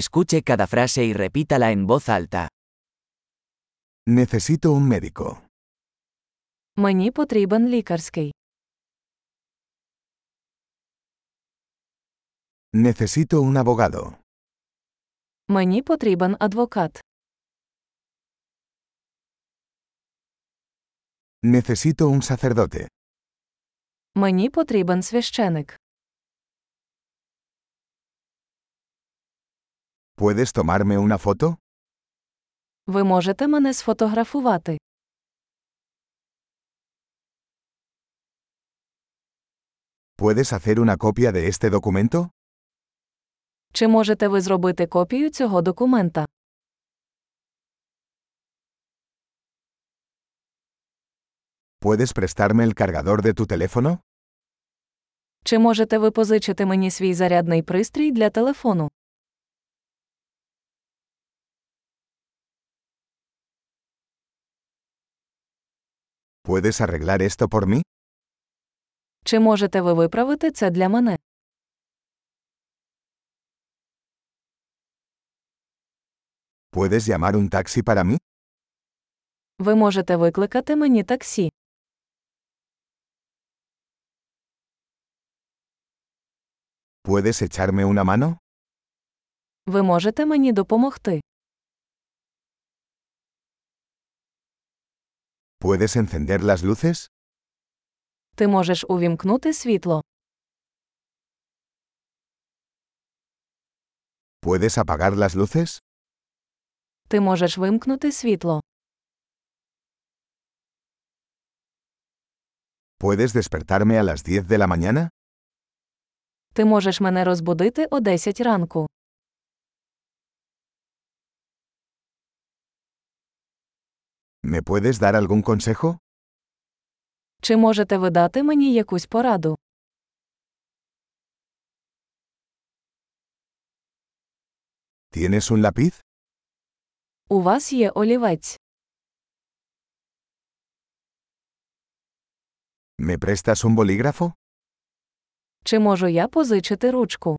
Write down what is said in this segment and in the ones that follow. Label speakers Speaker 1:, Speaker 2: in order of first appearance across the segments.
Speaker 1: Escuche cada frase y repítala en voz alta.
Speaker 2: Necesito un médico.
Speaker 3: Мені потрібен лікарський.
Speaker 2: Necesito un abogado.
Speaker 3: Мені потрібен адвокат.
Speaker 2: Necesito un sacerdote.
Speaker 3: Мені потрібен священик.
Speaker 2: ¿Puedes tomarme una foto?
Speaker 3: Ви можете мене сфотографувати.
Speaker 2: ¿Puedes hacer una copia de este documento?
Speaker 3: Чи можете ви зробити копію цього документа?
Speaker 2: ¿Puedes prestarme el cargador de tu teléfono?
Speaker 3: Чи можете ви позичити мені свій зарядний пристрій для телефону?
Speaker 2: ¿Puedes arreglar esto por mí?
Speaker 3: Чи можете ви виправити це для мене?
Speaker 2: ¿Puedes llamar un taxi para mí?
Speaker 3: Ви можете викликати мені таксі.
Speaker 2: ¿Puedes echarme una mano?
Speaker 3: Ви можете мені допомогти.
Speaker 2: ¿Puedes encender las luces?
Speaker 3: Ти можеш увімкнути світло.
Speaker 2: ¿Puedes apagar las luces?
Speaker 3: Ти можеш вимкнути світло.
Speaker 2: ¿Puedes despertarme a las 10 de la mañana?
Speaker 3: Ти можеш мене розбудити о 10 ранку.
Speaker 2: ¿Me puedes dar algún consejo?
Speaker 3: Чи можете ви дати мені якусь пораду?
Speaker 2: ¿Tienes un lápiz?
Speaker 3: У вас є олівець.
Speaker 2: ¿Me prestas un bolígrafo?
Speaker 3: Чи можу я позичити ручку?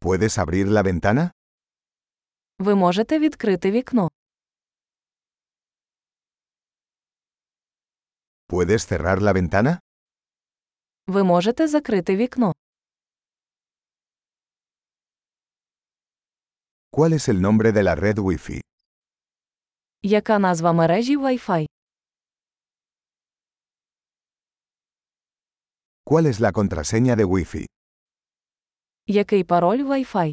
Speaker 2: ¿Puedes abrir la ventana?
Speaker 3: Ви можете відкрити вікно.
Speaker 2: ¿Puedes cerrar la ventana?
Speaker 3: Ви можете закрити вікно.
Speaker 2: ¿Cuál es el nombre de la red Wi-Fi?
Speaker 3: Яка назва мережі Wi-Fi?
Speaker 2: ¿Cuál es la contraseña de Wi-Fi?
Speaker 3: Який пароль Wi-Fi?